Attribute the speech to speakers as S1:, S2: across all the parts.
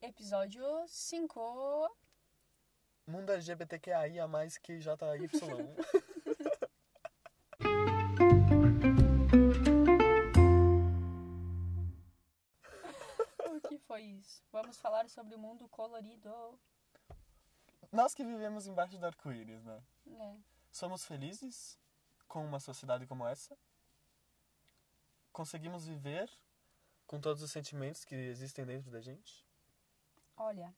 S1: Episódio 5.
S2: Mundo LGBTQIA mais que JY.
S1: O que foi isso? Vamos falar sobre o mundo colorido.
S2: Nós que vivemos embaixo do arco-íris, né?
S1: Né?
S2: Somos felizes com uma sociedade como essa? Conseguimos viver com todos os sentimentos que existem dentro da gente?
S1: Olha.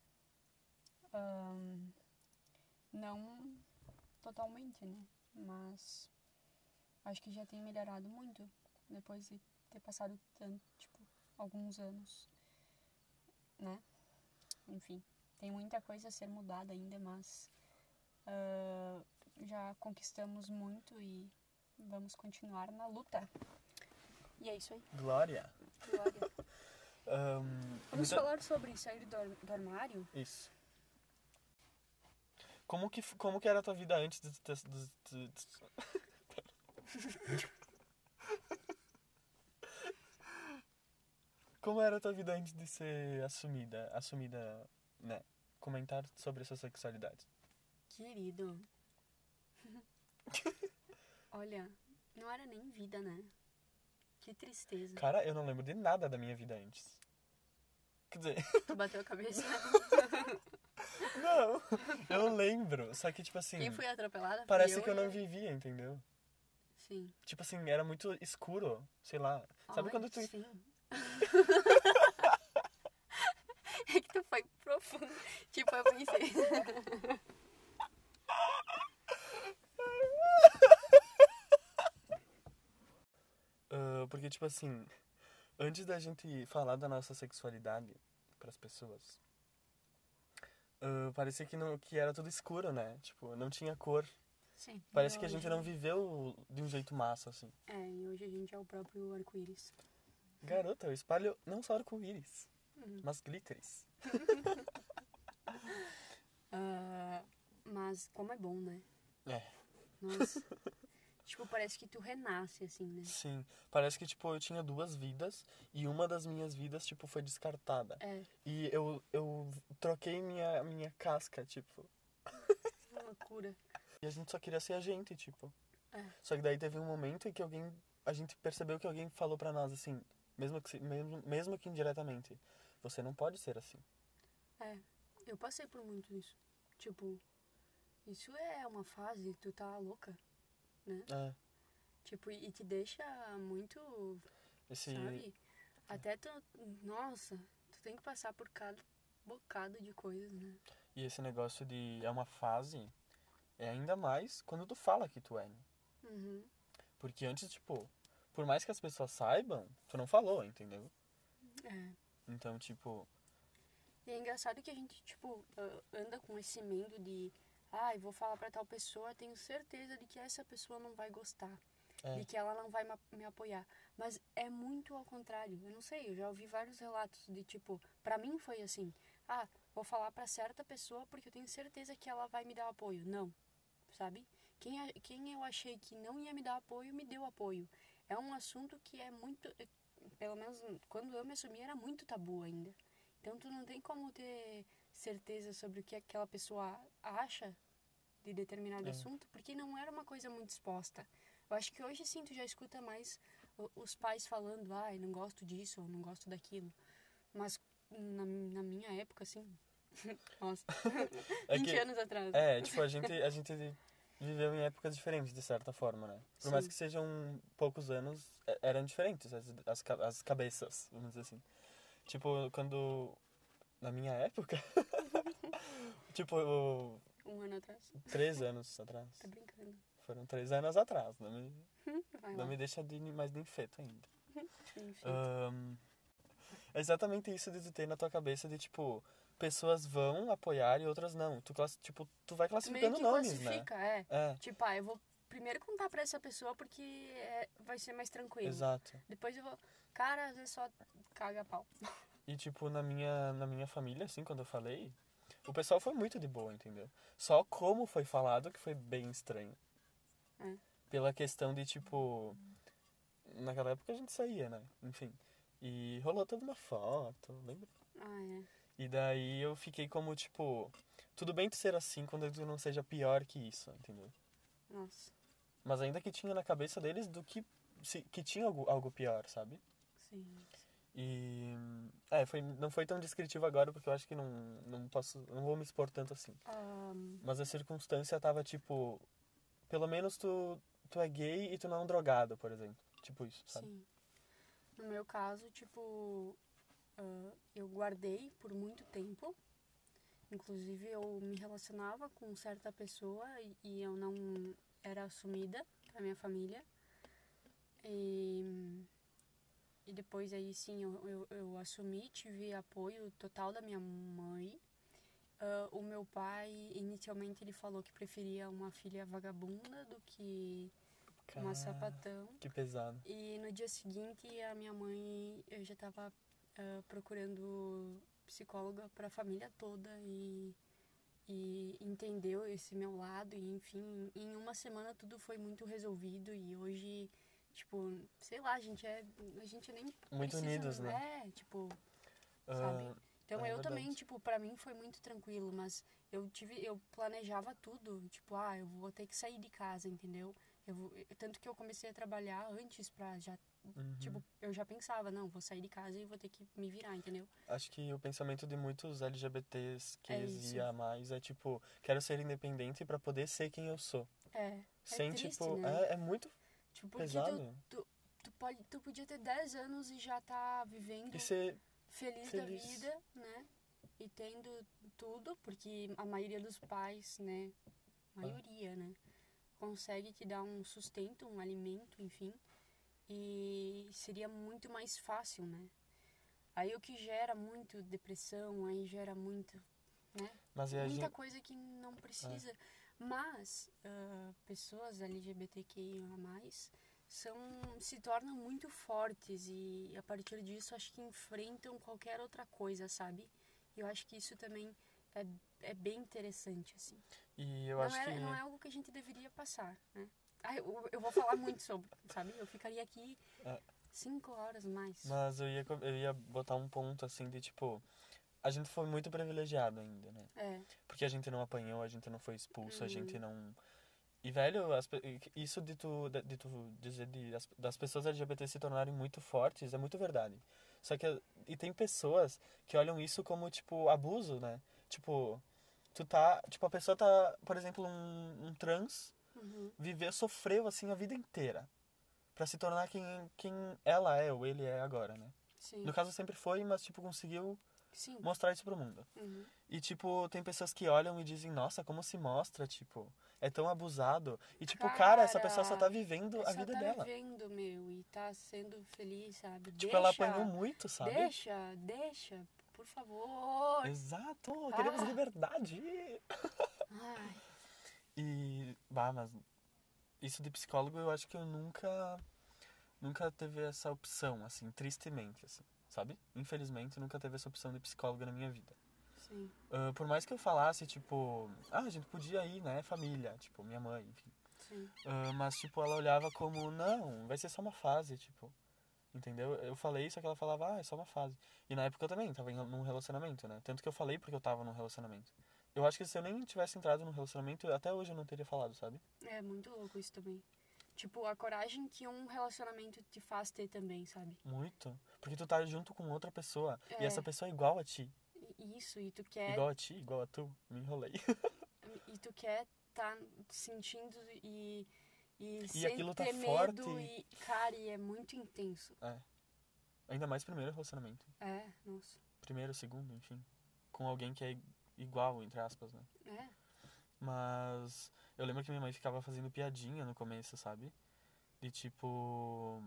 S1: ahn, não totalmente, né? Mas acho que já tem melhorado muito depois de ter passado tanto, tipo, alguns anos. Né? Enfim, tem muita coisa a ser mudada ainda, mas ah, já conquistamos muito e vamos continuar na luta. E é isso aí.
S2: Glória!
S1: Glória.
S2: Ahn, então-
S1: Vamos
S2: muita-
S1: falar sobre sair do, ar- do armário?
S2: Isso. Como que, f- como que era a tua vida antes de tu ter... de- de- de- Como era a tua vida antes de ser assumida, assumida, né? Comentar sobre a sua sexualidade.
S1: Querido. Olha, não era nem vida, né? Que tristeza.
S2: Cara, eu não lembro de nada da minha vida antes. Quer dizer,
S1: Tu bateu a cabeça.
S2: não, eu lembro, só que tipo assim,
S1: Quem foi atropelada? Fui
S2: parece que eu
S1: e-
S2: não vivia, entendeu?
S1: Sim.
S2: Tipo assim, era muito escuro, sei lá. Sabe
S1: Ai,
S2: quando tu
S1: Sim. é que tu foi profundo. Tipo, eu pensei.
S2: Ah, porque, tipo assim, antes da gente falar da nossa sexualidade pras pessoas, ah, parecia que, não, que era tudo escuro, né? Tipo, não tinha cor.
S1: Sim.
S2: Parece
S1: E
S2: que a gente
S1: hoje-
S2: não viveu de um jeito massa, assim.
S1: É, e hoje a gente é o próprio arco-íris.
S2: Garota, eu espalho não só arco-íris,
S1: Uhum.
S2: mas glitters.
S1: Ah, mas como é bom, né?
S2: É.
S1: Nossa. tipo, parece que tu renasce, assim, né?
S2: Sim, parece que, tipo, eu tinha duas vidas e uma das minhas vidas, tipo, foi descartada.
S1: É,
S2: E eu, eu troquei minha, minha casca, tipo.
S1: uma loucura.
S2: E a gente só queria ser a gente, tipo.
S1: É.
S2: Só que daí teve um momento em que alguém. A gente percebeu que alguém falou pra nós assim, mesmo que, se- mesmo, mesmo que indiretamente: Você não pode ser assim.
S1: É, eu passei por muito isso. Tipo, isso é uma fase, tu tá louca.
S2: É.
S1: Tipo, e te deixa muito,
S2: Esse.
S1: sabe? Até tu, nossa, tu tem que passar por cada bocado de coisas, né?
S2: E esse negócio de. É uma fase. É ainda mais quando tu fala que tu é. né?
S1: Uhum.
S2: Porque antes, tipo. Por mais que as pessoas saibam, tu não falou, entendeu?
S1: É.
S2: Então, tipo.
S1: E é engraçado que a gente, tipo, ah, anda com esse medo de, ai, vou falar pra tal pessoa, tenho certeza de que essa pessoa não vai gostar,
S2: É.
S1: de que ela não vai ma- me apoiar. Mas é muito ao contrário. Eu não sei, eu já ouvi vários relatos de tipo, pra mim foi assim, ah, vou falar pra certa pessoa porque eu tenho certeza que ela vai me dar apoio. Não, sabe? Quem, a- quem eu achei que não ia me dar apoio, me deu apoio. É um assunto que é muito, pelo menos quando eu me assumi, era muito tabu ainda. Então tu não tem como ter certeza sobre o que aquela pessoa acha de determinado
S2: É.
S1: assunto, porque não era uma coisa muito exposta. Eu acho que hoje sim tu já escuta mais o- os pais falando, ai, não gosto disso, ou não gosto daquilo. Mas na, na minha época, assim, nossa,
S2: É
S1: 20
S2: que-
S1: anos atrás.
S2: É, tipo, a gente, a gente viveu em épocas diferentes, de certa forma, né? Por mais
S1: Sim.
S2: que sejam poucos anos, é- eram diferentes as, as, ca- as cabeças, vamos dizer assim. Tipo, quando. Na minha época. tipo,
S1: Um ano atrás.
S2: três anos atrás.
S1: Tá brincando.
S2: Foram três anos atrás, não me,
S1: Vai lá.
S2: não me deixa de, mais nem feto ainda.
S1: Enfim.
S2: Ah, Ahn, é exatamente isso de tu ter na tua cabeça de tipo. Pessoas vão apoiar e outras não. Tu, classi- tipo, tu vai
S1: Tu meio
S2: classificando
S1: que
S2: nomes,
S1: classifica, é.
S2: né? É,
S1: Tipo, ah, eu vou primeiro contar pra essa pessoa porque é- vai ser mais tranquilo.
S2: exato.
S1: Depois eu vou. Cara, às vezes só caga pau.
S2: E, tipo, na minha, na minha família, assim, quando eu falei, o pessoal foi muito de boa, entendeu? Só como foi falado que foi bem estranho.
S1: É.
S2: Pela questão de, tipo. Naquela época a gente saía, né? Enfim. E rolou toda uma foto, lembra?
S1: Ah, é.
S2: E daí eu fiquei como, tipo, tudo bem tu ser assim quando tu não seja pior que isso, entendeu?
S1: Nossa,
S2: Mas ainda que tinha na cabeça deles do que, se, que tinha algo, algo pior, sabe?
S1: sim.
S2: E. É, foi, não foi tão descritivo agora porque eu acho que não, não posso. Não vou me expor tanto assim.
S1: Ahn,
S2: Mas a circunstância tava tipo. Pelo menos tu, tu é gay e tu não é um drogado, por exemplo. Tipo isso, sabe?
S1: sim. No meu caso, tipo, ah, eu guardei por muito tempo. Inclusive, eu me relacionava com certa pessoa e, e eu não era assumida pra minha família. E, e depois aí sim eu, eu, eu assumi, tive apoio total da minha mãe. Ah, o meu pai, inicialmente, ele falou que preferia uma filha vagabunda do que uma
S2: Cara,
S1: sapatão.
S2: Que pesado.
S1: E no dia seguinte, a minha mãe, eu já tava ah, procurando psicóloga pra família toda e, e entendeu esse meu lado. E enfim, em uma semana tudo foi muito resolvido e hoje, tipo, sei lá, a gente é. A gente nem.
S2: Muito
S1: precisa-
S2: unidos, né?
S1: É, tipo.
S2: Ah,
S1: sabe? Então
S2: É
S1: eu também,
S2: verdade.
S1: tipo, pra mim foi muito tranquilo, mas eu tive, eu planejava tudo, tipo, ah, eu vou ter que sair de casa, entendeu? Eu vou, eu- tanto que eu comecei a trabalhar antes pra já,
S2: uhum.
S1: tipo, eu já pensava, não, vou sair de casa e vou ter que me virar, entendeu?
S2: Acho que o pensamento de muitos LGBTs que
S1: É
S2: ia mais é tipo, quero ser independente pra poder ser quem eu sou.
S1: É,
S2: Sem
S1: triste,
S2: tipo,
S1: né?
S2: é, é muito
S1: tipo, porque tu,
S2: pesado.
S1: tu pode, tu podia ter 10 anos e já tá vivendo
S2: E ser
S1: feliz, da
S2: Feliz.
S1: vida, né? E tendo tudo, porque a maioria dos pais, né? A
S2: Ah.
S1: maioria, né? Consegue te dar um sustento, um alimento, enfim. E seria muito mais fácil, né? Aí o que gera muito depressão, aí gera muito, né?
S2: mas e a
S1: Muita
S2: gente, É.
S1: coisa que não precisa. Mas ah, pessoas LGBTQIA+, são, se tornam muito fortes e a partir disso acho que enfrentam qualquer outra coisa, sabe? E eu acho que isso também é, é bem interessante, assim.
S2: e eu
S1: não,
S2: acho
S1: é,
S2: que
S1: não é algo que a gente deveria passar, né? Ah, eu, eu vou falar muito sobre, sabe? Eu ficaria aqui
S2: É.
S1: cinco horas mais.
S2: mas eu ia co- eu ia botar um ponto assim de tipo, a gente foi muito privilegiado ainda, né?
S1: É,
S2: Porque a gente não apanhou, a gente não foi expulso, a
S1: Uhum.
S2: gente não. E, velho, as pe- isso de tu, de tu dizer de, as- das pessoas LGBT se tornarem muito fortes é muito verdade. Só que. E tem pessoas que olham isso como, tipo, abuso, né? Tipo, tu tá. Tipo, a pessoa tá, por exemplo, um, um trans,
S1: uhum,
S2: viveu, sofreu, assim, a vida inteira. Pra se tornar quem, quem ela é ou ele é agora, né?
S1: sim,
S2: No caso, sempre foi, mas, tipo, conseguiu
S1: sim,
S2: mostrar isso pro mundo.
S1: uhum,
S2: E, tipo, tem pessoas que olham e dizem, nossa, como se mostra, tipo, é tão abusado. E, tipo, cara, essa
S1: Cara,
S2: pessoa só tá vivendo a
S1: Só
S2: vida
S1: tá
S2: dela.
S1: vivendo, meu, e tá sendo feliz, sabe?
S2: Tipo, ela apanhou muito, sabe?
S1: Deixa, deixa, por favor.
S2: Exato,
S1: Ah.
S2: queremos liberdade. Então
S1: Ai,
S2: E, bah, mas isso de psicólogo eu acho que eu nunca, nunca teve essa opção, assim, tristemente, assim, sabe? Infelizmente, nunca teve essa opção de psicólogo na minha vida.
S1: sim.
S2: Ah, por mais que eu falasse, tipo, ah, a gente podia ir, né, família, tipo, minha mãe, enfim.
S1: Sim.
S2: Ah, mas, tipo, ela olhava como, não, vai ser só uma fase, tipo. Entendeu? Eu falei isso, que ela falava, ah, é só uma fase. E na época eu também tava em um, num relacionamento, né? Tanto que eu falei porque eu tava num relacionamento. Eu acho que se eu nem tivesse entrado num relacionamento, até hoje eu não teria falado, sabe?
S1: É muito louco isso também. Tipo, a coragem que um relacionamento te faz ter também, sabe?
S2: Muito. Porque tu tá junto com outra pessoa.
S1: É.
S2: E essa pessoa é igual a ti.
S1: E Isso, e tu quer.
S2: Igual a ti, igual a tu. Me enrolei.
S1: E tu quer tá sentindo e. E, sem
S2: aquilo tá
S1: ter
S2: forte.
S1: medo e. Cara, e é muito intenso.
S2: Ainda mais primeiro relacionamento.
S1: É, nossa.
S2: Primeiro, segundo, enfim. Com alguém que é igual, entre aspas, né?
S1: É.
S2: Mas eu lembro que minha mãe ficava fazendo piadinha no começo, sabe? De tipo.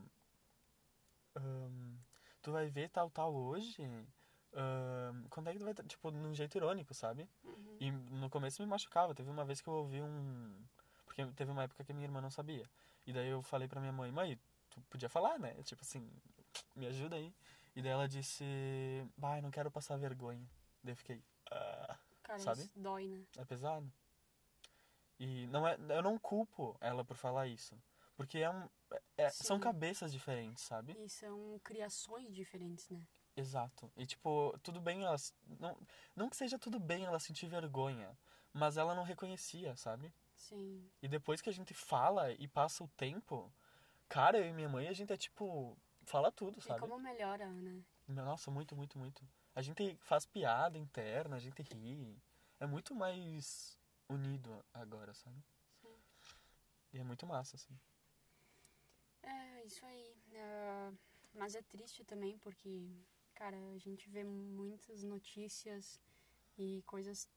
S2: ahn, tu vai ver tal, tal hoje? Ahn, quando é que tu vai. ta-" Tipo, num jeito irônico, sabe?
S1: Uhum.
S2: E no começo me machucava. Teve uma vez que eu ouvi um. Porque teve uma época que minha irmã não sabia. E daí eu falei pra minha mãe: mãe, tu podia falar, né? Tipo assim, me ajuda aí. E daí ela disse: bai, não quero passar vergonha. Daí eu fiquei. "Ah."
S1: Cara,
S2: Sabe?
S1: isso dói, né?
S2: É pesado. E não é, eu não culpo ela por falar isso. Porque é um, é-
S1: Sim.
S2: são cabeças diferentes, sabe?
S1: E são criações diferentes, né?
S2: Exato. E tipo, tudo bem ela. s- Não, não que seja tudo bem ela sentir vergonha, mas ela não reconhecia, sabe?
S1: Sim.
S2: E depois que a gente fala e passa o tempo, cara, eu e minha mãe, a gente é tipo. Fala tudo,
S1: E
S2: sabe?
S1: como melhora, né?
S2: Nossa, muito, muito, muito. A gente faz piada interna, a gente ri. É muito mais unido agora, sabe?
S1: Sim.
S2: E é muito massa, assim.
S1: É, isso aí. Ah, mas é triste também, porque, cara, a gente vê muitas notícias e coisas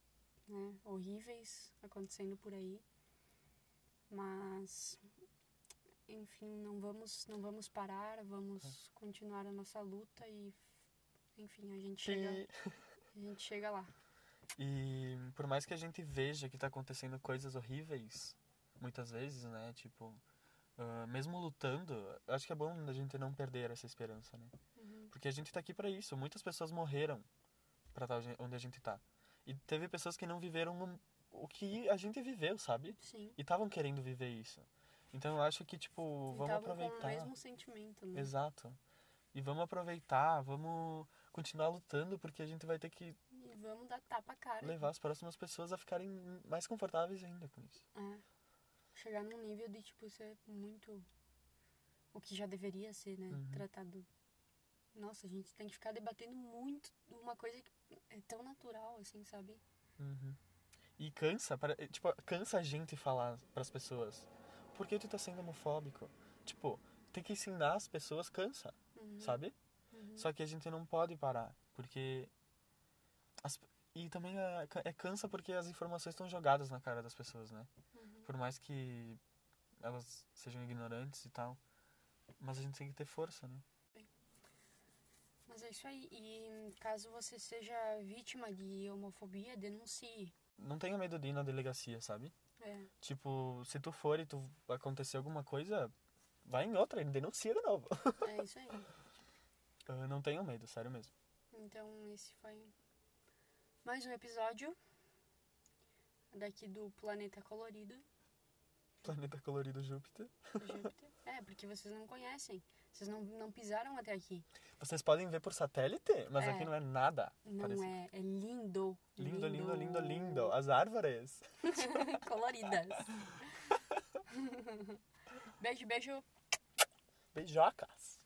S1: né, horríveis acontecendo por aí. Mas, enfim, não vamos, não vamos parar,
S2: É.
S1: vamos continuar a nossa luta e, enfim, a gente chega,
S2: E,
S1: a gente chega lá.
S2: e por mais que a gente veja que tá acontecendo coisas horríveis, muitas vezes, né? Tipo, ah, mesmo lutando, acho que é bom a gente não perder essa esperança, né?
S1: Uhum.
S2: Porque a gente tá aqui pra isso. Muitas pessoas morreram pra estar onde a gente tá. E teve pessoas que não viveram o- o que a gente viveu, sabe?
S1: Sim.
S2: e estavam querendo viver isso. Então eu acho que, tipo,
S1: E
S2: vamos
S1: tava Então, com o
S2: aproveitar.
S1: mesmo sentimento, né?
S2: Exato. E vamos aproveitar, vamos continuar lutando, porque a gente vai ter que
S1: E vamos dar tapa à cara.
S2: levar as próximas pessoas a ficarem mais confortáveis ainda com isso.
S1: É. Chegar num nível de, tipo, ser muito. O que já deveria ser, né?
S2: Uhum.
S1: Tratado. Nossa, a gente tem que ficar debatendo muito uma coisa que é tão natural, assim, sabe?
S2: Uhum. E cansa, para, tipo, cansa a gente falar pras pessoas. Por que tu tá sendo homofóbico? Tipo, tem que ensinar as pessoas, cansa,
S1: Uhum,
S2: sabe?
S1: uhum.
S2: Só que a gente não pode parar, porque. as- e também é, é cansa porque as informações estão jogadas na cara das pessoas, né?
S1: Uhum.
S2: Por mais que elas sejam ignorantes e tal. Mas a gente tem que ter força, né?
S1: Mas é isso aí. E caso você seja vítima de homofobia, denuncie.
S2: Não tenha medo de ir na delegacia, sabe?
S1: É.
S2: Tipo, se tu for e tu acontecer alguma coisa, vai em outra e denuncia de novo.
S1: É isso aí.
S2: Eu não tenho medo, sério mesmo.
S1: Então, esse foi mais um episódio daqui do Planeta Colorido.
S2: Planeta colorido Júpiter.
S1: Júpiter. É, porque vocês não conhecem. Vocês não, não pisaram até aqui.
S2: Vocês podem ver por satélite, mas
S1: É.
S2: aqui não é nada.
S1: Não
S2: parecido.
S1: é, é lindo.
S2: Lindo, lindo, lindo, lindo. As árvores.
S1: Coloridas. beijo, beijo.
S2: Beijocas.